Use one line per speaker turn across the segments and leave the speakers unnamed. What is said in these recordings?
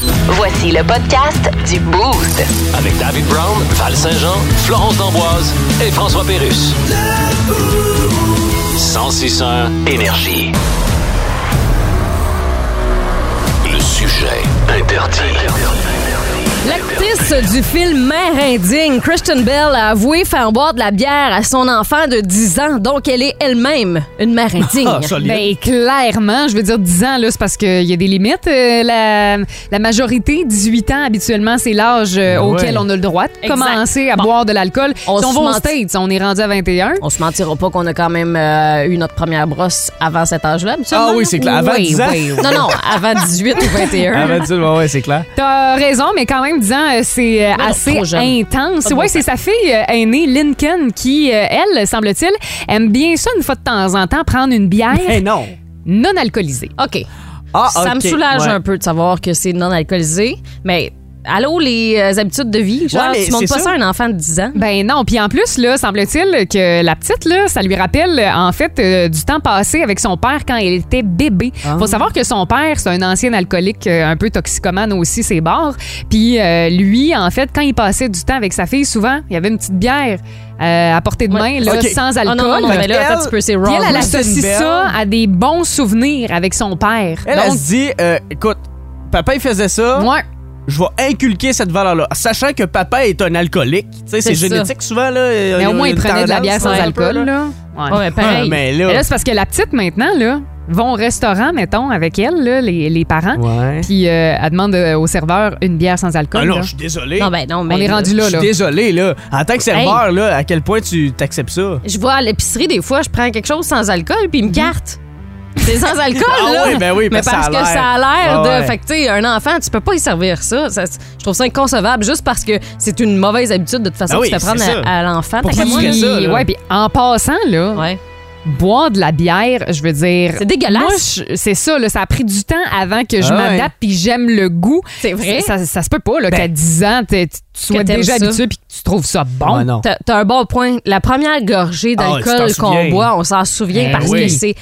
Voici le podcast du Boost.
Avec David Brown, Val Saint-Jean, Florence D'Amboise et François Pérus. 106 énergie. Le sujet interdit.
L'actrice du film Mère indigne, Kristen Bell, a avoué faire boire de la bière à son enfant de 10 ans, donc elle est elle-même une mère indigne.
Ah, solide.
Ben, clairement, je veux dire 10 ans, là, c'est parce qu'il y a des limites. Euh, la, la majorité, 18 ans, habituellement, c'est l'âge euh,
Ben ouais.
auquel on a le droit de
Exact.
commencer à boire de l'alcool.
On
si on
se
va aux
ment-
States, on est rendu à 21.
On se mentira pas qu'on a quand même euh, eu notre première brosse avant cet âge-là, absolument.
Ah oui, c'est clair. Avant
Oui,
10 ans.
oui,
Non, non, avant 18 ou 21.
Avant 10 ans, ben, ouais, ouais, c'est clair.
T'as raison, mais quand même, disant, euh, c'est euh,
non,
assez
trop jeune.
intense.
Pas de
ouais,
bon
c'est sa fille euh, aînée, Lincoln, qui, euh, elle, semble-t-il, aime bien ça une fois de temps en temps, prendre une bière
Ben
Eh non.
non alcoolisée.
OK.
Ah,
Ça me
ok,
soulage
ouais.
un peu de savoir que c'est non alcoolisé, mais allô, les euh, habitudes de vie? Genre,
Ouais, mais
tu montres
c'est
pas
ça.
ça à un enfant de 10 ans?
Ben non, puis en plus là, semble-t-il que la petite là, ça lui rappelle euh, en fait euh, du temps passé avec son père quand elle était bébé.
Ah.
Faut savoir que son père, c'est un ancien alcoolique euh, un peu toxicomane aussi, c'est bars. Puis euh, lui en fait, quand il passait du temps avec sa fille, souvent, il y avait une petite bière euh, à portée de main
Ouais.
là,
Ok.
sans
Ah
alcool.
non, non, non,
Fait
mais là,
qu'elle-
attends un petit peu, c'est
Puis
wrong.
elle, elle
Kristen
associe
Bell.
ça à des bons souvenirs avec son père.
Elle, elle
Donc,
se dit, euh, écoute, papa, il faisait ça.
ouais.
Je vais inculquer cette valeur-là. Sachant que papa est un alcoolique. Tu sais, c'est
C'est ça.
génétique souvent, là.
Mais au moins, il prenait de la bière sans
ouais, un
alcool.
peu,
là. Ouais.
Ouais, pareil.
Ouais, Ah, mais là.
Mais là, c'est parce que la petite, maintenant, là, va au restaurant, mettons, avec elle, là, les, les parents.
Ouais.
Puis euh, elle demande euh, au serveur une bière sans alcool.
Ah non,
là.
je suis désolé.
Non, ben non, mais.
On est rendu
Je
là.
suis
là.
désolé, là. En tant que serveur, là, à quel point tu t'acceptes ça?
Je vois à l'épicerie, des fois, je prends quelque chose sans alcool, puis ils me carte. C'est sans alcool,
Mhm. Ah
là.
oui, ben oui,
Mais
parce que
parce
ça a
que
l'air. Ah
ça a l'air de.
Ouais, ouais.
Fait que, tu sais, un enfant, tu peux pas y servir ça. Ça, c'est- Je trouve ça inconcevable juste parce que c'est une mauvaise habitude de toute façon
Ah
que
oui,
tu fais prendre
c'est ça.
à, à l'enfant.
Pourquoi
T'as qu'à
tu
moi,
ferais
là.
Puis,
ça, là.
ouais, puis en passant, là,
Ouais.
boire de la bière, je veux dire.
C'est dégueulasse.
Moi, je- c'est ça, là, ça a pris du temps avant que je
Ah ouais. Ben
m'adapte puis j'aime le goût.
C'est vrai.
Ça, ça, ça se peut pas, là, qu'à 10 ans, t'es- tu sois
t'aimes
déjà
ça.
habitué puis que tu trouves ça bon.
Ouais, non.
T'as t'as un bon point. La première gorgée
Ah, tu t'en
d'alcool qu'on
souviens.
boit, on s'en souvient
Ben
parce
oui.
que c'est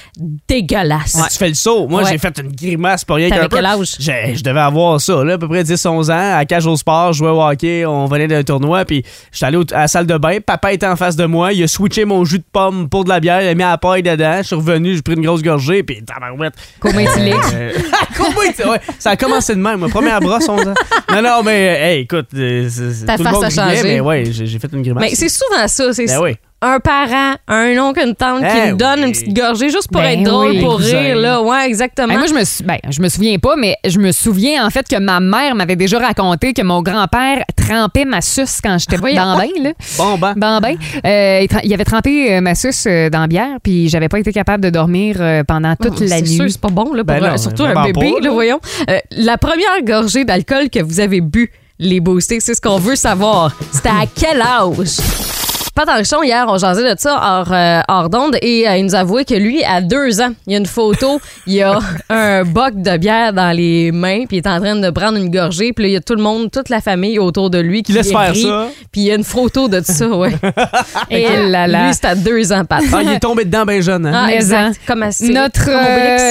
dégueulasse.
Si Tu fais le saut. Moi,
Ouais.
j'ai fait une grimace pour rien
T'avais
qu'un peu.
quel âge?
J'ai- Je devais avoir ça, là, à peu près 10-11 ans. À Cage au sport, je jouais au hockey, on venait d'un tournoi, puis j'étais allé au- à la salle de bain. Papa était en face de moi, il a switché mon jus de pomme pour de la bière, il a mis la paille dedans. Je suis revenu, j'ai pris une grosse gorgée, puis tabarouette.
Comment tu l'es?
Euh, comment il- ouais, ça a commencé de même, ma première brosse, 11 ans. Non, non, mais euh, hey, écoute, euh, c'est- c'est-
Ta
tout le
face
monde
a
riait,
changé.
mais ouais, j'ai j'ai fait une grimace.
Mais c'est souvent ça. C'est
Ben oui.
un parent, un oncle, une tante qui
Eh
nous donne
oui.
une petite gorgée juste pour
Ben
être drôle,
oui.
pour
Cousin.
rire. Là. Ouais, exactement.
Hey, moi, je me, sou- ben, je me souviens pas, mais je me souviens en fait que ma mère m'avait déjà raconté que mon grand-père trempait ma suce quand j'étais dans bain. Là.
Bon, ben.
Dans bain. Euh, il, tra- il avait trempé euh, ma suce euh, dans la bière, puis j'avais pas été capable de dormir euh, pendant
Non,
toute la
Oh, c'est
nuit.
sûr, c'est pas bon, là, pour
Ben
un-
non,
surtout
vraiment
un bébé,
pas,
là,
là.
voyons. Euh, la première gorgée d'alcool que vous avez bu, les boostés, c'est ce qu'on veut savoir. C'était à quel âge? Pat Anchon, hier, on jasait de ça hors, euh, hors d'onde et euh, il nous avouait que lui, à deux ans, il y a une photo, il y a un boc de bière dans les mains, puis il est en train de prendre une gorgée, puis là, il y a tout le monde, toute la famille autour de lui qui
Laisse faire
rit,
ça.
Puis il y a une photo de ça, ouais. et euh,
Eh là là.
lui, c'est à deux ans, Pat.
Ah, il est tombé dedans ben jeune, hein?
Ah,
Mais
exact.
en-
Comme Astérix.
Notre,
Comme Obélix.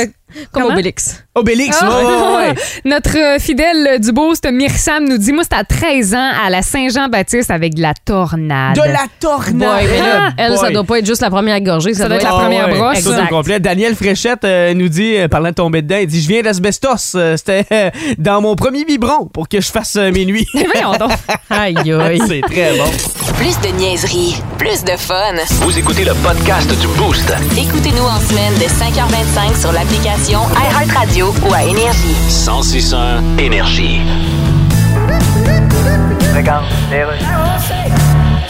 Comme
comment?
Obélix.
Obélix,
Ah!
Oh, ouais, ouais, ouais.
Notre euh, fidèle euh, du Beauce, Myrsam, nous dit Moi, c'était à 13 ans à la Saint-Jean-Baptiste avec de la tornade.
De la tornade!
Ah, Boy, mais là, elle, ça
Ah! Boy.
doit pas être juste la première gorgée, Ah! ça,
Ça
doit être la
Ah,
première
ouais.
brosse.
Ça, c'est
Exact.
complet. Daniel Fréchette euh, nous dit, euh, parlant de tomber dedans, il dit Je viens d'asbestos. Euh, C'était euh, dans mon premier biberon pour que je fasse euh, mes nuits.
Voyons donc.
Aïe, aïe.
c'est très bon.
Plus de niaiserie, plus de fun.
Vous écoutez le podcast du Boost.
Écoutez-nous en semaine de 5h25 sur l'application iHeartRadio ou à Énergie.
106 énergie.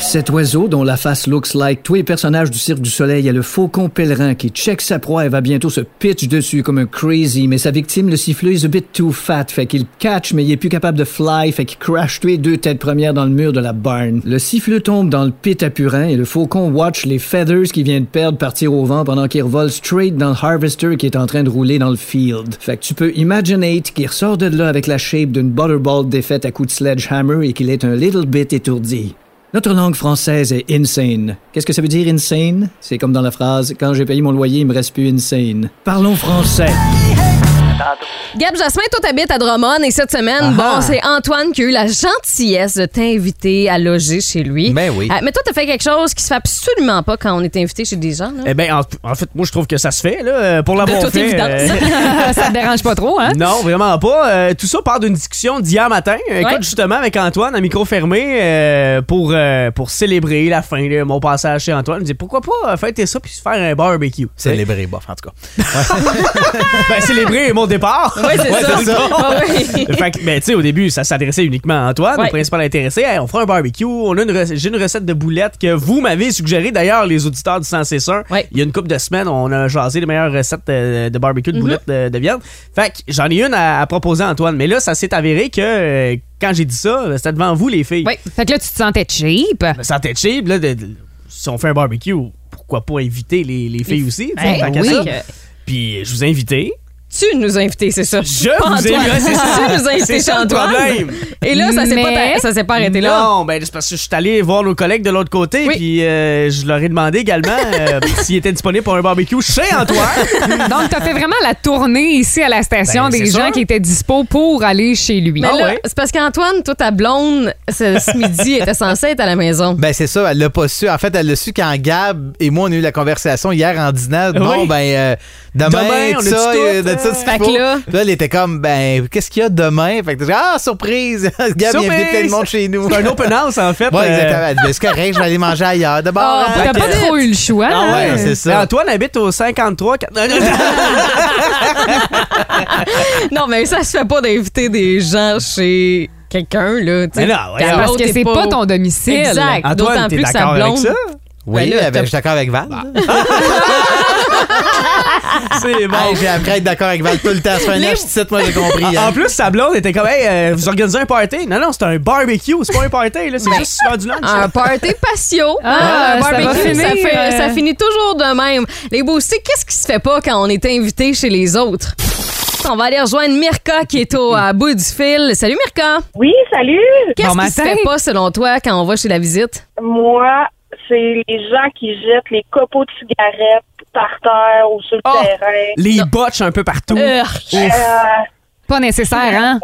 Cet oiseau, dont la face looks like tous les personnages du Cirque du Soleil, a le faucon pèlerin qui check sa proie et va bientôt se pitch dessus comme un crazy, mais sa victime, le siffleuse, is a bit too fat, fait qu'il catch, mais il est plus capable de fly, fait qu'il crash tous les deux têtes premières dans le mur de la barn. Le siffleux tombe dans le pit à purin et le faucon watch les feathers qu'il vient de perdre partir au vent pendant qu'il revole straight dans le harvester qui est en train de rouler dans le field. Fait que tu peux imaginate qu'il ressort de là avec la shape d'une butterball défaite à coup de sledgehammer et qu'il est un little bit étourdi. Notre langue française est insane. Qu'est-ce que ça veut dire insane? C'est comme dans la phrase Quand j'ai payé mon loyer, il me reste plus insane. Parlons français.
Gab Jasmin, toi, t'habites à Drummond et cette semaine,
Ah-ha.
bon, c'est Antoine qui a eu la gentillesse de t'inviter à loger chez lui.
Ben oui.
Euh, mais toi, t'as fait quelque chose qui se fait absolument pas quand on est invité chez des gens. là.
Eh ben, en, en fait, moi, je trouve que ça se fait, là, euh, pour l'avoir
De toute
fait. euh,
évidence. hein?
ça te dérange pas trop, hein?
Non, vraiment pas. Euh, tout ça part d'une discussion d'hier matin. Euh, Écoute,
Ouais.
justement, avec Antoine, à micro fermé, euh, pour, euh, pour célébrer la fin de mon passage chez Antoine. Je me dis, pourquoi pas euh, fêter ça puis se faire un barbecue?
Célébrer, bof, en tout cas.
Ben, célébrer mon départ!
Oui, c'est
Ouais,
ça.
c'est ça.
Ah oui.
fait que, ben, tu sais, au début, ça s'adressait uniquement à Antoine,
Ouais.
le principal intéressé. Hey, on fera un barbecue. On a une rec- J'ai une recette de boulettes que vous m'avez suggérée, d'ailleurs, les auditeurs du 161.
Ouais.
Il y a une couple de semaines, on a jasé les meilleures recettes euh, de, barbecue, de boulettes de, de viande. Fait que j'en ai une à, à proposer à Antoine. Mais là, ça s'est avéré que euh, quand j'ai dit ça, c'était devant vous, les filles.
Oui. Fait que là, tu te sentais cheap.
Je me sentais cheap. Là, de- de- si on fait un barbecue, pourquoi pas inviter les, les filles aussi? tu sais,
Ben
tant qu'à
oui.
ça. Puis je vous ai invité.
Tu nous as invités, c'est ça.
Je
Pas
vous ai
Antoine.
invités, c'est ça.
Tu nous as invités
C'est
chez
ça le
Antoine.
problème.
Et là, ça s'est pas,
Mais-
ta- ça s'est pas arrêté là.
Non, ben c'est parce que je suis allé voir nos collègues de l'autre côté,
Oui.
puis euh, je leur ai demandé également euh, s'ils étaient disponibles pour un barbecue chez Antoine.
Donc, t'as fait vraiment la tournée ici à la station
Ben,
des
c'est
gens
sûr.
qui étaient dispo pour aller chez lui.
Mais
Ah
là,
ouais.
c'est parce qu'Antoine, toi, ta blonde, ce, ce midi, était censée être à la maison.
Ben, c'est ça, elle l'a pas su. En fait, elle l'a su quand Gab et moi, on a eu la conversation hier en dînant. Bon,
Oui.
ben, euh, demain,
Demain,
tout
on a
ça,
dit tout,
euh, de tout
euh.
ce qu'il
Fait que
faut.
là-
Là, elle était comme, ben, qu'est-ce qu'il y a demain? Fait que, t'es comme, ah, surprise! Gab, il a invité
Surprise!
plein de monde chez nous.
C'est un open house, en fait.
Ouais,
Euh,
exactement. Elle dit, Ben, c'est correct, je vais aller manger ailleurs. D'abord,
euh,
Ah,
hein.
t'as
ben,
pas trop eu le choix.
Ah ouais,
hein?
c'est
mais
ça.
Antoine habite au 53... quatre- euh,
Non, mais ça se fait pas d'inviter des gens chez quelqu'un, là. tu sais.
Mais non,
Puis
voyons.
à
Parce
l'autre,
que
t'es
c'est pas ton domicile.
Exact. D'autant
Antoine, t'es
plus que sa
d'accord avec
blonde.
ça?
Ben
Oui,
là,
avec-
t'as-
je suis d'accord avec Val.
C'est bon.
Hey, J'ai appris à être d'accord avec Val tout le temps. C'est un
Les-
âge, tu sais, moi, j'ai compris.
En
hein.
plus, sa blonde était comme, hey, euh, vous organisez un party? Non, non, c'est un barbecue, c'est pas un party, là, c'est
Ben,
juste faire du lunch.
Un party patio.
Ah,
un
ça va
barbecue,
finir,
ça, fait-
euh.
ça finit toujours de même. Les boostés, qu'est-ce qui se fait pas quand on est invité chez les autres? On va aller rejoindre Mirka qui est au à bout du fil. Salut Mirka!
Oui, salut!
Qu'est-ce
Bon
qui se
matin.
fait pas selon toi quand on va chez la visite?
Moi, c'est les gens qui jettent les copeaux de cigarettes par terre ou sur le
Oh.
terrain.
Les botches un peu partout.
ben,
Euh,
Pas nécessaire, hein?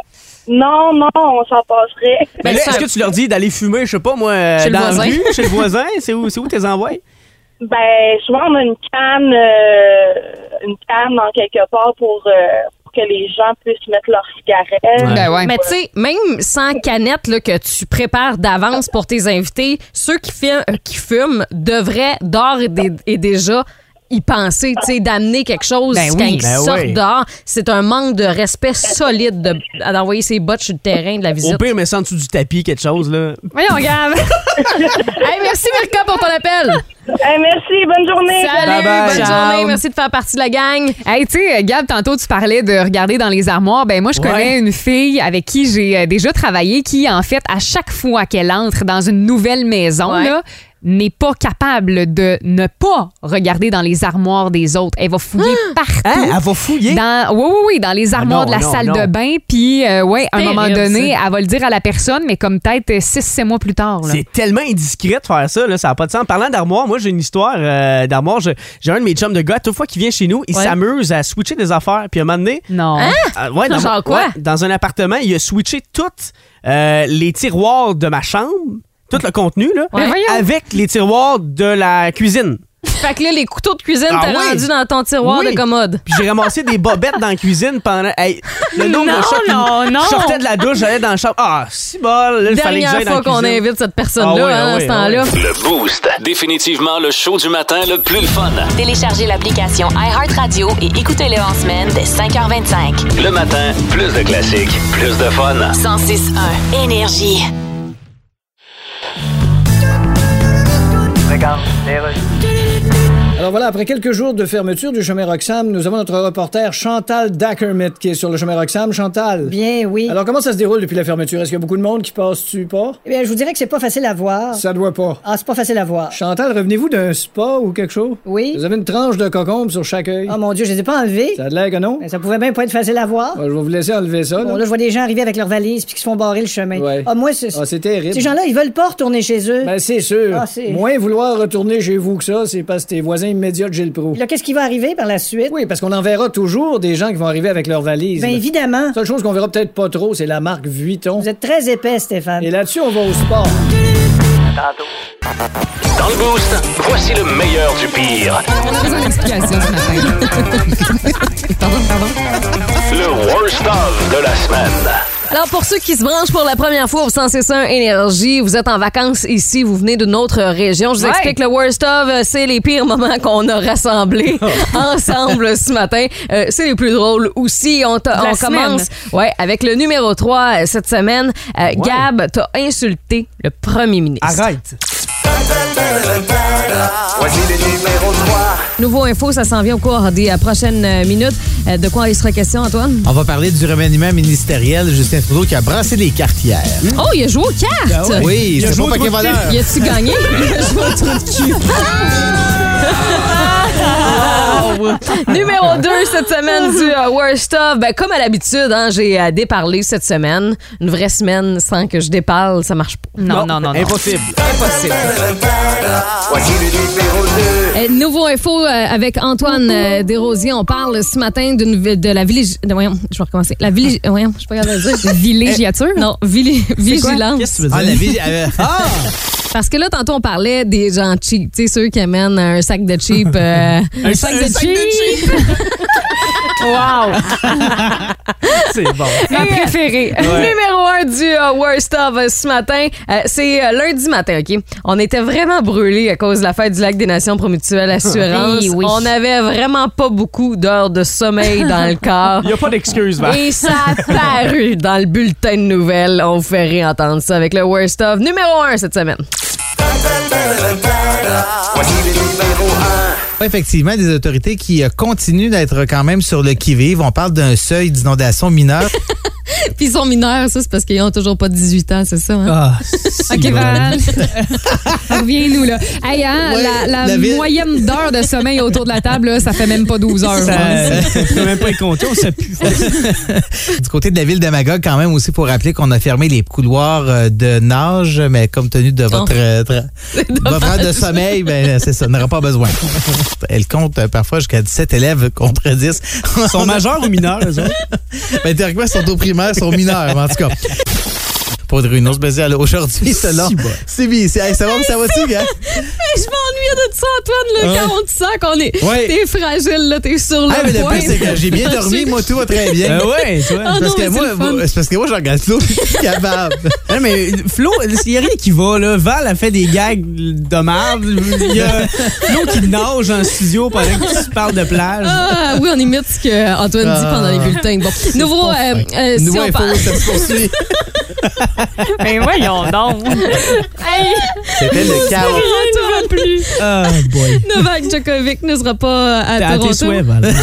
non, non, on s'en passerait.
Mais là,
c'est
est-ce
un-
que tu leur dis d'aller fumer, je sais pas, moi, euh,
Chez le
dans la
voisin.
rue, chez le voisin? C'est où, c'est où tes envois?
Ben, souvent, on a une canne, euh, une canne en quelque part pour, euh, pour que les gens puissent mettre leurs cigarettes.
Ben ouais.
Mais tu sais, même sans canette là, que tu prépares d'avance pour tes invités, ceux qui, fi- euh, qui fument devraient d'ores et, dé- et déjà y penser, tu sais, d'amener quelque chose
Ben oui.
quand ils
Ben
sortent
oui.
dehors. C'est un manque de respect solide de- d'envoyer ses bottes sur le terrain de la
Au
visite.
pire, mais ça en dessous du tapis, quelque chose, là.
Voyons, Gab.
Hey, merci Mirka pour ton appel.
Eh, merci, bonne journée!
Salut,
Bye-bye.
bonne
Ciao.
journée. Merci de faire partie de la gang.
Hey, tu sais, Gab, tantôt, tu parlais de regarder dans les armoires. Ben, moi, je
Ouais.
connais une fille avec qui j'ai euh, déjà travaillé qui, en fait, à chaque fois qu'elle entre dans une nouvelle maison,
Ouais.
là, n'est pas capable de ne pas regarder dans les armoires des autres. Elle va fouiller
Ah!
partout.
Hein? elle va fouiller.
Dans, oui, oui, oui, dans les armoires
Ah non,
de la
non,
salle
non.
de bain. Puis, euh, ouais, à un
Terrible,
moment donné,
ça.
elle va le dire à la personne, mais comme peut-être 6-7 mois plus tard. Là.
C'est tellement indiscret de faire ça, là, ça n'a pas de sens. En parlant d'armoire, moi j'ai une histoire euh, d'armoire. Je- J'ai un de mes chums de gars, toute fois qu'il vient chez nous, il
Ouais.
s'amuse à switcher des affaires. Puis à un moment donné,
Non.
Hein?
euh, ouais, dans,
Genre quoi?
ouais, dans un appartement, il a switché toutes euh, les tiroirs de ma chambre, tout le contenu, là,
Ouais. Mais voyons.
avec les tiroirs de la cuisine.
Fait que là, les couteaux de cuisine
Ah
t'as
oui.
rendu dans ton tiroir
Oui.
de commode.
Puis j'ai ramassé des bobettes dans la cuisine pendant. Hey, le nombre
Non,
de chocs qui-
non, non.
Je sortais de la douche, j'allais dans la chambre. Ah, si bol, là, il fallait que
Dernière
j'aille dans
fois
la
qu'on
cuisine.
invite cette personne-là
Ah oui,
hein,
ah
à ce
oui, ah
temps-là.
Le Boost. Définitivement le show du matin le plus le fun.
Téléchargez l'application iHeartRadio et écoutez-le en semaine dès 5h25.
Le matin, plus de classiques, plus de fun.
106.1 Énergie.
Alors voilà, après quelques jours de fermeture du chemin Roxham, nous avons notre reporter Chantal Dackermitt qui est sur le chemin Roxham. Chantal.
Bien, oui.
Alors comment ça se déroule depuis la fermeture? Est-ce qu'il y a beaucoup de monde qui passe-tu pas?
Eh bien, je vous dirais que c'est pas facile à voir.
Ça doit pas.
Ah, c'est pas facile à voir.
Chantal, revenez-vous d'un spa ou quelque chose?
Oui.
Vous avez une tranche de cocombe sur chaque œil.
Oh mon Dieu, je les ai pas enlevés.
Ça a de l'air que non?
Mais Ça pouvait même pas être facile à voir.
Ah, je vais vous laisser enlever ça. là.
Bon, là, je vois des gens arriver avec leurs valises puis qui se font barrer le chemin.
Ouais.
Ah, moi, c'est.
Ah, c'est terrible.
Ces gens-là, ils veulent pas retourner chez eux.
Ben, c'est sûr.
Ah, c'est-
Moins vouloir retourner chez vous que ça, c'est parce que tes voisins immédiate Gilles Proux.
Là, qu'est-ce qui va arriver par la suite?
Oui, parce qu'on en verra toujours des gens qui vont arriver avec leur valise.
Bien
là.
évidemment.
Seule chose qu'on verra peut-être pas trop, c'est la marque Vuitton.
Vous êtes très épais, Stéphane.
Et là-dessus, on va au sport.
Dans le boost, voici le meilleur du pire.
On a besoin d'explications ce matin. pardon, pardon.
Le worst of de la semaine.
Alors, pour ceux qui se branchent pour la première fois au 161 Énergie, vous êtes en vacances ici, vous venez d'une autre région. Je vous
Ouais.
explique le worst of, euh, c'est les pires moments qu'on a rassemblés
Oh.
ensemble ce matin. Euh, c'est les plus drôles aussi. On, t'a-
De la
on commence ouais, avec le numéro 3 euh, cette semaine. Euh, Gab, t'as insulté le premier ministre.
Arrête.
Nouveau info, ça s'en vient au cours des euh, prochaines euh, minutes. Euh, de quoi il sera question, Antoine?
On va parler du remaniement ministériel. Justin Trudeau qui a brassé les cartes hier.
Oh, il a joué aux cartes!
Ben
Oui, c'est pas paquet voleur.
Y a-tu gagné? Je vois le trou de cul. Numéro 2 cette semaine du euh, Worst of. Ben, comme à l'habitude, hein, j'ai euh, déparlé cette semaine. Une vraie semaine sans que je déparle, ça marche pas.
Non, non, non, non.
Ah, Impossible.
Impossible. Euh, nouveau info euh, avec Antoine euh, Desrosiers. On parle ce matin d'une vi- de la village. de- voyons, je vais recommencer. La village. Voyons, je suis pas capable de le dire.
Villégiature?
Non, villi-
quoi?
vigilance.
Qu'est-ce que tu veux dire?
Ah, la vie. euh, ah!
Parce que là, tantôt, on parlait des gens cheap, tu sais, ceux qui amènent un sac de cheap. euh,
Un sac de
cheap!
Wow!
C'est bon.
Ma préférée.
Euh, Numéro un du euh, Worst of euh, ce matin, Euh, c'est euh, lundi matin, OK? On était vraiment brûlés à cause de la fête du Lac des Nations pour Mutuelle Assurance.
Oui, oui.
On n'avait vraiment pas beaucoup d'heures de sommeil dans le corps.
Il n'y a pas d'excuse, Val.
Et ça a paru dans le bulletin de nouvelles. On vous fait réentendre ça avec le Worst of numéro un cette semaine.
Ouais, Effectivement, des autorités qui euh, continuent d'être quand même sur le qui-vive. On parle d'un seuil d'inondation mineure.
Puis ils sont mineurs, ça, c'est parce qu'ils ont toujours pas 18 ans, c'est ça? hein?
Ah, si,
OK,
bon.
Val. Reviens-nous, là. Hey, hein,
Ouais,
la, la
la ville-
moyenne d'heures de sommeil autour de la table, là, ça fait même pas 12 heures.
euh,
Ça- Je peux même pas y compter, on sait plus.
du côté de la ville d'Amaga, quand même aussi pour rappeler qu'on a fermé les couloirs euh, de nage, mais comme tenu de votre, euh, tra- votre heure de sommeil, ben, c'est ça, on n'aura pas besoin. Elle compte euh, parfois jusqu'à 17 élèves contre 10.
Ils sont majeurs ou mineurs, eux autres?
ben, théoriquement, ils sont au primaire, ils sont mineurs, mais en tout cas. Pas de réunion spéciale aujourd'hui, selon
Si, bon.
CBC. Hey, ça va, ça va-tu, hein? gars?
Je m'ennuie de ça, Antoine, là,
Ouais.
quand on te sent qu'on est.
Ouais.
T'es fragile, là, t'es sur le
Ah, mais le
point.
pire, c'est que j'ai bien dormi, moi, tout va très bien.
Ben ouais, toi.
Ah non,
C'est parce,
mais
que
c'est le
moi,
fun.
moi- c'est parce que moi, je regarde l'eau, je suis capable.
Non, mais Flo, il n'y a rien qui va, là. Val a fait des gags de merde. Il y a Flo qui nage en studio pendant que tu parles de plage.
Ah, oui, on imite ce que Antoine dit pendant les bulletins. Ah. Bon, nouveau, euh, euh, si
Nouveau
on
info,
parle.
ça se poursuit.
Mais voyons donc.
C'était le chaos.
Antoine, plus.
Ah, boy.
Novak Djokovic ne sera pas euh, à
T'as
Toronto.
tes souhaits, Val.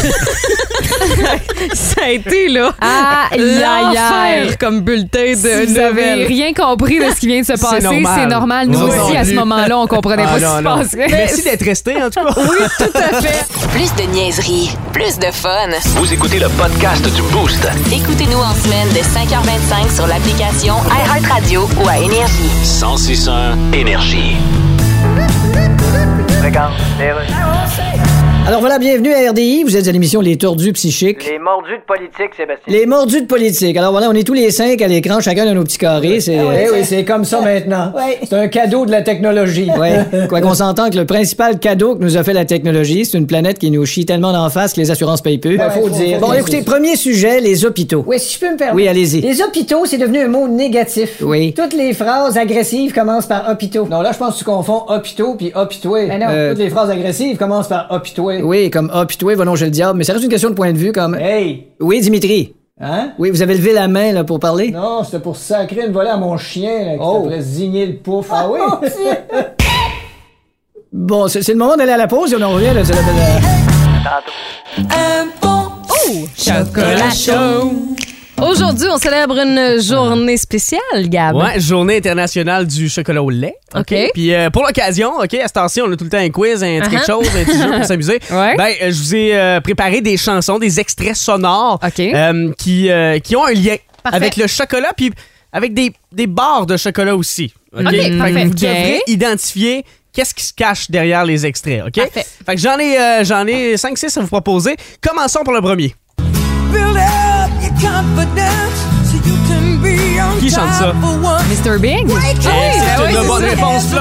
Ça a été, là.
Ah,
L'enfer comme bulletin de
Si vous avez
nouvelles.
rien compris de ce qui vient de se passer, c'est
normal.
normal. Nous
Non,
aussi,
non
à ce
plus.
moment-là, on comprenait
Ah,
pas ce qui se
non, non.
passerait.
Merci d'être resté, en tout cas. Oui, tout à fait.
Plus de niaiserie, plus de fun.
Vous écoutez le podcast du Boost.
Écoutez-nous en semaine de 5h25 sur l'application iHeartRadio ou à Énergie.
1061 Énergie.
Alors voilà, bienvenue à RDI. Vous êtes à l'émission Les Tordus Psychiques.
Les mordus de politique, Sébastien.
Les mordus de politique. Alors voilà, on est tous les cinq à l'écran, chacun de nos petits carrés. C'est
Ah
Eh oui, c'est comme ça maintenant. C'est un cadeau de la technologie. Ouais. Quoi qu'on s'entende que le principal cadeau que nous a fait la technologie, c'est une planète qui nous chie tellement d'en face que les assurances payent peu. faut, dire. Bon, écoutez, premier sujet, les hôpitaux.
Oui, si je peux me permettre.
Oui, allez-y.
Les hôpitaux, c'est devenu un mot négatif.
Oui.
Toutes les phrases agressives commencent par hôpitaux.
Non, là, je pense que tu confonds hôpitaux puis hôpitoué. Euh,
Ben non.
Toutes les phrases agressives commencent par hôpitoué. Oui, comme hôpitoué, va chez le diable. Mais ça reste une question de point de vue, comme. Hey! Oui, Dimitri. Hein? Oui, vous avez levé la main, là, pour parler? Non, c'était pour sacrer une volée à mon chien, là, qui zigner le pouf. Ah oui? bon, c'est c'est le moment d'aller à la pause et on en revient, là. c'est la- euh,
Chocolat chaud.
Aujourd'hui, on célèbre une journée spéciale, Gab.
Ouais, journée internationale du chocolat au lait.
OK.
Puis euh, pour l'occasion, OK, à cette heure-ci, on a tout le temps un quiz, un petit quelque
Uh-huh.
chose, un petit jeu pour s'amuser.
Ouais.
Ben, euh, je vous ai euh, préparé des chansons, des extraits sonores
OK.
euh, qui, euh, qui ont un lien
Parfait.
avec le chocolat, puis avec des, des barres de chocolat aussi. OK,
OK,
Fait que
parfait.
Vous devrez identifier qu'est-ce qui se cache derrière les extraits, OK?
Parfait.
Fait que j'en ai, euh, j'en ai 5-6 à vous proposer. Commençons pour le premier. Qui chante ça?
Mr. Big? ben
Eh, c'est une bonne réponse, Flo.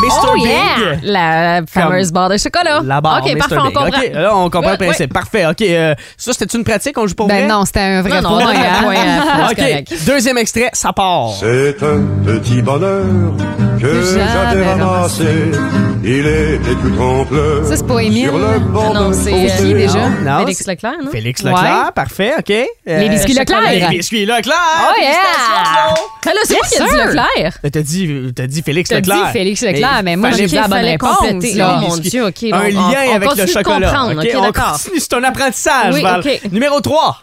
Mr.
Oh
Big.
yeah! La fameuse barre de chocolat.
La barre,
OK,
Mr.
parfait,
Big.
on comprend.
OK, là, on comprend le
Ouais,
principe. Parfait. OK, euh, ça, c'était une pratique, on joue pour vrai?
Ben non, c'était un vrai
Non, non,
point. hein?
un point, hein. c'est
OK,
correct.
deuxième extrait, ça part.
C'est un petit bonheur que
Que j'avais
j'avais ramassé. Il était tout trembleur.
Ça, c'est pas Émile.
Sur le bord
Non,
d'un
c'est
fossé.
euh, qui déjà?
Non,
Félix
c'est-
Leclerc, non?
Félix Leclerc,
Ouais.
parfait, OK. Euh,
Les biscuits
Les
Leclerc.
biscuits Leclerc.
Oh yeah!
Mais Ah, là, c'est moi
Yes,
qui ai dit
sir.
Leclerc.
Euh, T'as dit, t'as dit Félix
T'as dit
Leclerc.
Félix Leclerc, mais moi,
fallait-
j'ai dit la bonne
fallait
réponse,
compléter.
là.
Oh mon
biscuits.
Dieu, OK.
un
donc on-
lien
on
avec le
continue de
chocolat.
comprendre,
OK,
OK,
on
d'accord.
continue, c'est un apprentissage,
Oui,
Val.
OK.
Numéro 3.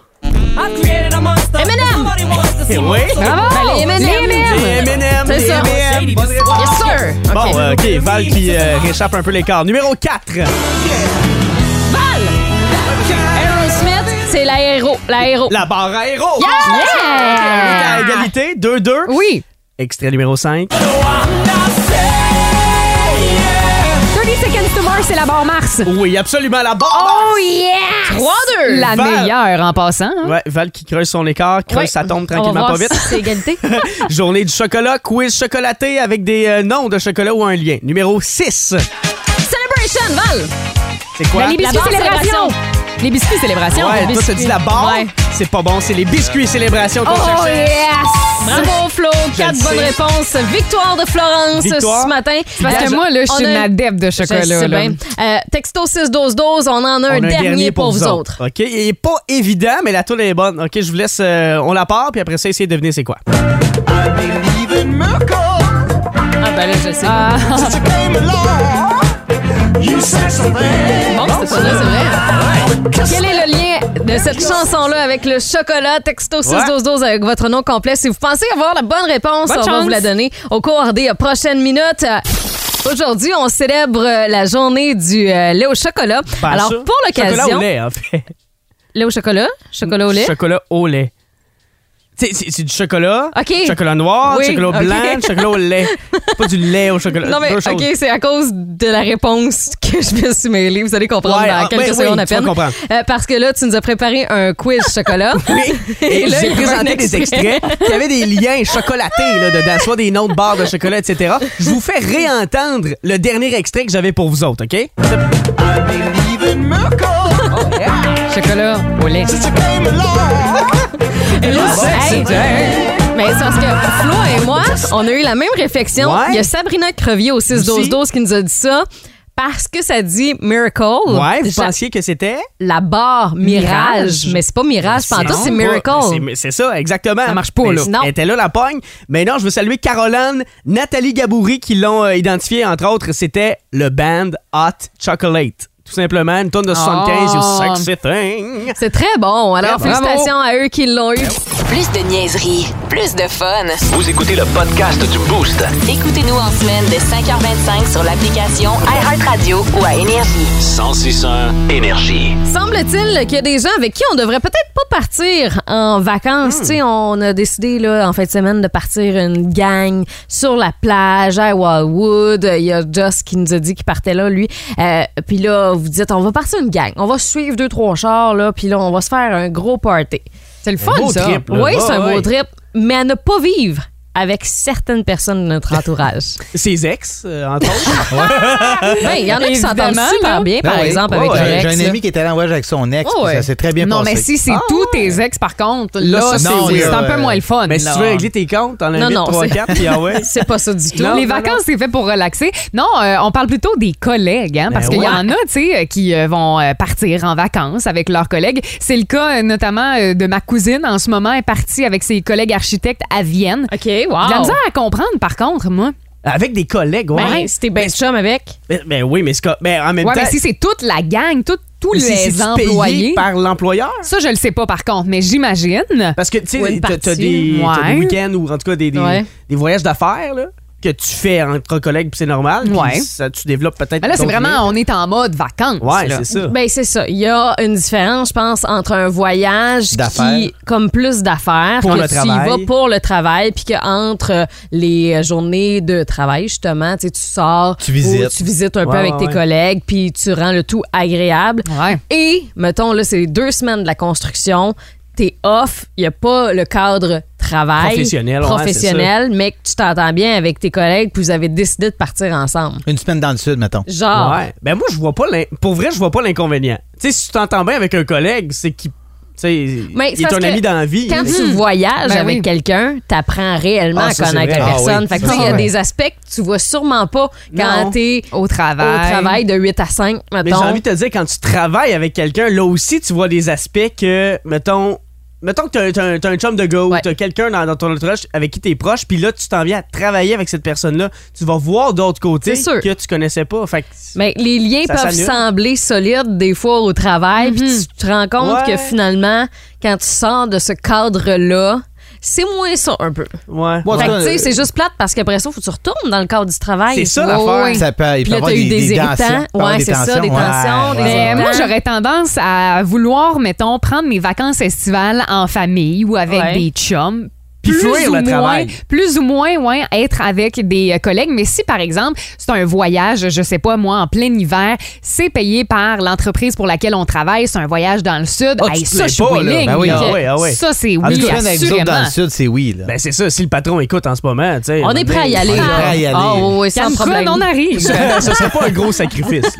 M&M!
Eh oui.
Bravo!
Ben, les M&M.
Des M&M,
C'est
des
ça.
M&M. Bonne réponse.
Yes, sir! OK.
Bon, euh, OK, Val qui euh, réchappe un peu l'écart. Numéro 4.
Val! Aerosmith, c'est l'aéro. L'aéro.
La barre à héros.
Yeah!
À égalité, 2-2.
Oui.
Extrait numéro 5.
30 Seconds to Mars, c'est la barre Mars.
Oui, absolument, la barre.
Oh yeah!
3-2.
La
Val.
meilleure en passant. hein?
Ouais, Val qui creuse son écart, creuse
Ouais.
sa tombe
On va
tranquillement,
voir
pas vite.
si C'est égalité.
Journée du chocolat, quiz chocolaté avec des euh, noms de chocolat ou un lien. Numéro 6.
Celebration, Val!
C'est quoi?
Ben, les biscuits
barre
célébration. Les biscuits célébration.
Ouais,
Les
toi, t'as
biscuits.
dit la barre.
Ouais.
C'est pas bon, c'est les biscuits célébration qu'on
Oh
cherchait.
yes!
Bravo, Flo. oh, Quatre
le
bonnes
sais.
réponses. Victoire de Florence
Victoire.
ce matin.
Parce que moi, là, je suis
On
une
a-
adepte de chocolat.
Je sais
là.
bien. Euh, texto 6-12-12, on en a un,
On a
dernier, pour vous autres.
OK, il est pas évident, mais la toile est bonne. OK, je vous laisse, euh, on la part, puis après ça, essayez de deviner c'est quoi.
Ah, ben là, je sais.
Ah,
Bon, c'est ça, c'est vrai. Quel est le lien de cette chanson-là avec le chocolat? Texto 61212 avec votre nom complet. Si vous pensez avoir la bonne réponse,
Bonne
on va
chance.
vous la donner au cours des euh, prochaines minutes. Euh, Aujourd'hui, on célèbre euh, la journée du euh, lait au chocolat.
Pas
Alors,
ça.
pour
Chocolat au
l'occasion...
lait, en fait.
Lait au chocolat? Chocolat au lait?
Chocolat au lait. C'est, c'est, c'est du chocolat,
OK.
chocolat noir,
Oui,
chocolat
OK.
blanc, chocolat au lait. C'est pas du lait au chocolat.
Non, mais
Deux choses.
OK, c'est à cause de la réponse que je me suis mêlée. Vous allez comprendre
Ouais,
dans
ah,
quelques
ben oui,
secondes à
tu vas
peine.
comprendre.
Euh, parce que là, tu nous as préparé un quiz chocolat.
Et
là, il
j'ai
y avait un
présenté des
extrait.
extraits qui avaient des liens chocolatés là, dedans, soit des noms de barres de chocolat, etc. Je vous fais réentendre le dernier extrait que j'avais pour vous autres, OK?
chocolat au lait.
Et là, c'est- hey, Mais c'est parce que Flo et moi, on a eu la même réflexion.
Ouais.
Il y a Sabrina Crevier au 6-12-12 qui nous a dit ça. Parce que ça dit Miracle.
Ouais, vous
J'a-
pensiez que c'était?
La barre Mirage.
Mirage.
Mais c'est pas Mirage, pantoute,
non,
c'est
pas-
Miracle.
mais C'est c'est ça, exactement.
Ça marche pas,
Mais
là.
c'est-
Non.
Elle était là, la pogne. Mais non, je veux saluer Caroline, Nathalie Gaboury qui l'ont euh, identifié, entre autres. C'était le band Hot Chocolate. Tout simplement, une tonne de 75,
Ah.
you sexy thing.
Oh. C'est très bon. Alors,
Bravo.
félicitations à eux qui l'ont eu.
Plus de niaiserie, plus de fun.
Vous écoutez le podcast du Boost.
Écoutez-nous en semaine de 5h25 sur l'application iHeartRadio ou à Énergie.
106.1 Énergie.
Semble-t-il qu'il y a des gens avec qui on devrait peut-être pas partir en
Hmm.
vacances. Tu sais, on a décidé là, en fin de semaine de partir une gang sur la plage à Wildwood. Il euh, y a Joss qui nous a dit qu'il partait là, lui. Euh, puis là, vous dites, on va partir une gang. On va suivre deux, trois chars, là, puis là, on va se faire un gros party.
C'est le fun,
beau
ça.
trip, là.
oui, c'est un
Ouais,
beau
ouais.
trip, mais à ne pas vivre avec certaines personnes de notre entourage.
Ses ex, euh, entre autres.
Ben, Il y en a qui s'entendent
Évidemment,
super
là.
bien, par
Ben oui.
exemple, avec
Ouais,
leur
j'ai-
ex,
J'ai un
là.
ami qui était allé en voyage avec son ex,
Oh,
puis
ouais.
ça s'est très bien
Non,
passé.
mais si c'est tous tes ex, par contre, là,
ça,
c'est
c'est
c'est
weird.
un peu moins le fun.
Mais si
là.
tu veux régler tes comptes, t'en
Ah, Non,
as
non,
8, 3,
c'est-
4, puis ah ouais.
C'est pas ça du tout.
les vacances, c'est fait pour relaxer. Non, euh, on parle plutôt des collègues, hein, parce
Ben
qu'il y
ouais.
en a, tu sais, euh, qui euh, vont euh, partir en vacances avec leurs collègues. C'est le cas euh, notamment euh, de ma cousine en ce moment. Elle est partie avec ses collègues architectes à Vienne.
OK, wow.
J'ai de la misère à comprendre, par contre, moi.
Ah, Avec des collègues, ouais.
Ben, si t'es ben chum avec.
Mais, mais oui, mais, c'est co- mais en même
Ouais,
temps,
mais si c'est toute la gang, tout- tous
mais si
les
c'est-tu payé
employés.
par l'employeur.
Ça, je le sais pas, par contre, mais j'imagine.
Parce que, tu
Ou une
sais, t'as- t'as
partie,
des, t'as des
ouais.
week-ends ou en tout cas des, des,
Ouais.
des voyages d'affaires, là. que tu fais entre collègues, puis c'est normal. puis
Ouais.
Ça, tu développes peut-être.
Mais Ben là, c'est
d'autres
vraiment,
liens.
on est en mode vacances.
Ouais,
là.
c'est ça.
Ben c'est ça. Il y a une différence, je pense, entre un voyage
D'affaires.
qui, comme plus d'affaires,
Pour
que
le
tu
travail.
y vas pour le travail, puis que entre euh, les euh, journées de travail justement, tu sais, tu sors,
Tu visites.
ou Oh, tu visites un peu
Ouais,
avec
ouais,
tes
ouais.
collègues, puis tu rends le tout agréable. Et mettons là, c'est deux semaines de la construction, t'es off, il y a pas le cadre travail
Professionnel, ouais, c'est
professionnel, mais que tu t'entends bien avec tes collègues, puis vous avez décidé de partir ensemble.
Une semaine dans le sud, mettons.
Genre.
Ouais. Ben moi, je vois pas. l'in- Pour vrai, je vois pas l'inconvénient. Tu sais, si tu t'entends bien avec un collègue, c'est qu'il. Tu sais, il
Mais c'est
est
parce
ton
que
ami dans la vie.
Quand
là.
tu voyages
Ben
avec
oui.
quelqu'un, t'apprends réellement
Ah,
à
ça, c'est
connaître
vrai.
la
Ah oui,
personne. fait que tu sais, il y a
ça, ouais.
des aspects que tu vois sûrement pas quand
Non.
t'es
au travail.
au travail de 8 à 5,
Mais j'ai
mettons.
envie de te dire, quand tu travailles avec quelqu'un, là aussi, tu vois des aspects que, mettons, mettons que t'as- t'as un- t'as un chum de gars ou t'as quelqu'un dans, dans ton entourage avec qui t'es proche, puis là, tu t'en viens à travailler avec cette personne-là. Tu vas voir d'autres côtés
C'est sûr.
que tu connaissais pas. Fait que-
Mais les liens
Ça
peuvent
s'annule.
sembler solides des fois au travail, puis tu te rends compte
Ouais.
que finalement, quand tu sors de ce cadre-là, c'est moins ça un peu.
Ouais.
Fait que, tu sais, c'est juste plate parce qu'après ça, faut que tu retournes dans le cadre du travail.
C'est ça,
Ouais,
l'affaire.
ouais.
Ça peut- il peut
Puis là,
y avoir
t'as eu
des-
des,
des
irritants.
tensions. Il peut y avoir
Ouais,
des
c'est ça, des
tensions, ouais,
tensions, des
ouais.
Mais
irritants.
moi, j'aurais tendance à vouloir, mettons, prendre mes vacances estivales en famille ou avec
Ouais.
des chums.
Puis
plus
fuir
ou
le
moins,
travail.
Plus ou moins, ouais, être avec des euh, collègues. Mais si, par exemple, c'est un voyage, je sais pas, moi, en plein hiver, c'est payé par l'entreprise pour laquelle on travaille, c'est un voyage dans le sud,
Ah, tu
hey,
te
ça,
plais
je suis
pas, là.
willing,
Ben oui,
là.
ah oui, ah oui.
Ça, c'est
En
oui,
tout cas,
avec vous autres dans
assurément.
le sud, c'est oui. Là.
Ben, c'est ça. Si le patron écoute en ce moment, tu sais.
On est prêt à y aller,
On est
là.
prêt à y aller.
Ah, oui, oui, sans
Cameroun,
problème.
on arrive.
Ça ça serait pas un gros sacrifice.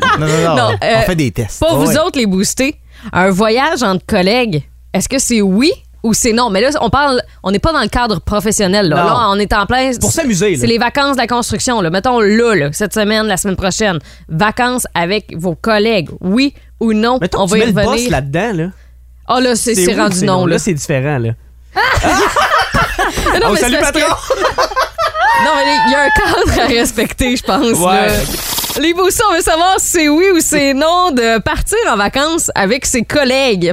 là.
Non, non, non.
Non, euh,
on fait des tests.
Pas vous
Ouais.
autres, les boostés. Un voyage entre collègues, est-ce que c'est oui ou c'est non? Mais là, on parle, on n'est pas dans le cadre professionnel. Là,
Non.
Là, on est en plein.
Pour s'amuser, là.
C'est les vacances de la construction. Là. Mettons là, là, cette semaine, la semaine prochaine. Vacances avec vos collègues, oui ou non?
Mettons,
on
que
va
tu
y
mets le boss
revenir.
là-dedans, là.
Ah là, c'est c'est
oui,
rendu
c'est
non. Là,
Là, c'est différent, là.
Non,
Oh,
mais c'est
salut,
parce que-
patron!
Non, mais il y a un cadre à respecter, je pense.
Ouais.
là. Les beaux on veut savoir si c'est oui ou c'est non de partir en vacances avec ses collègues.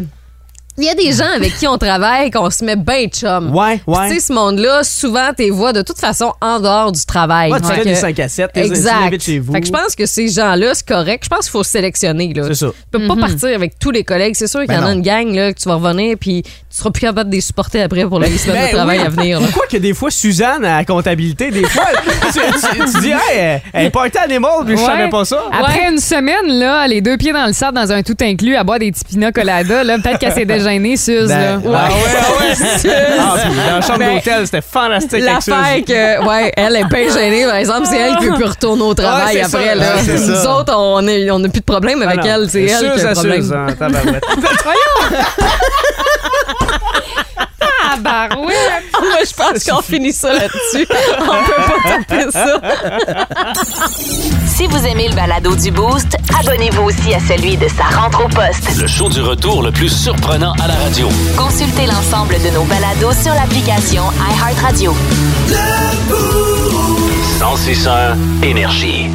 Il y a des gens avec qui on travaille qu'on se met ben chum.
Ouais,
Puis
ouais.
Tu sais, ce monde-là, souvent, t'es vois de toute façon en dehors du travail.
Ouais, tu
Fait
fais
que-
des 5 à 7, tu les- tu les
Exact.
invites chez vous.
Fait que je pense que ces gens-là, c'est correct. Je pense qu'il faut sélectionner. Là.
C'est ça.
Tu peux pas partir avec tous les collègues. C'est sûr qu'il y en
Ben
a
non.
une gang là, que tu vas revenir puis tu seras plus capable de les supporter après pour les semaines
Ben
de travail
oui.
à venir. là.
Pourquoi que des fois, Suzanne, à la comptabilité, des fois, tu, tu- tu dis, hey, elle- elle est partée à des morts, puis je
Ouais.
savais pas ça.
Après une semaine, là, les deux pieds dans le sable, dans un tout inclus, à boire des petits pina colada, là, peut-être qu'elle s'est déjeunée, Suze. là.
Ben,
Ah ouais, ah ouais. Ah, puis dans la chambre
Ben,
d'hôtel, c'était fantastique. avec Suze.
L'affaire que, ouais, elle est bien gênée, par exemple, c'est elle qui veut plus retourner au travail
Ouais, c'est
après.
ça.
là.
Ouais, c'est
Nous
ça.
autres, on n'a on a plus de problème
Ah
avec
non,
elle. C'est elle qui
Suze
a
à
le problème.
Suze, hein, tabarouette.
Ah, barouette!
Moi, je pense qu'on finit ça là-dessus. on peut pas taper ça.
Si vous aimez le balado du Boost, abonnez-vous aussi à celui de sa rentre au poste.
Le show du retour le plus surprenant à la radio.
Consultez l'ensemble de nos balados sur l'application iHeartRadio.
1061 Énergie.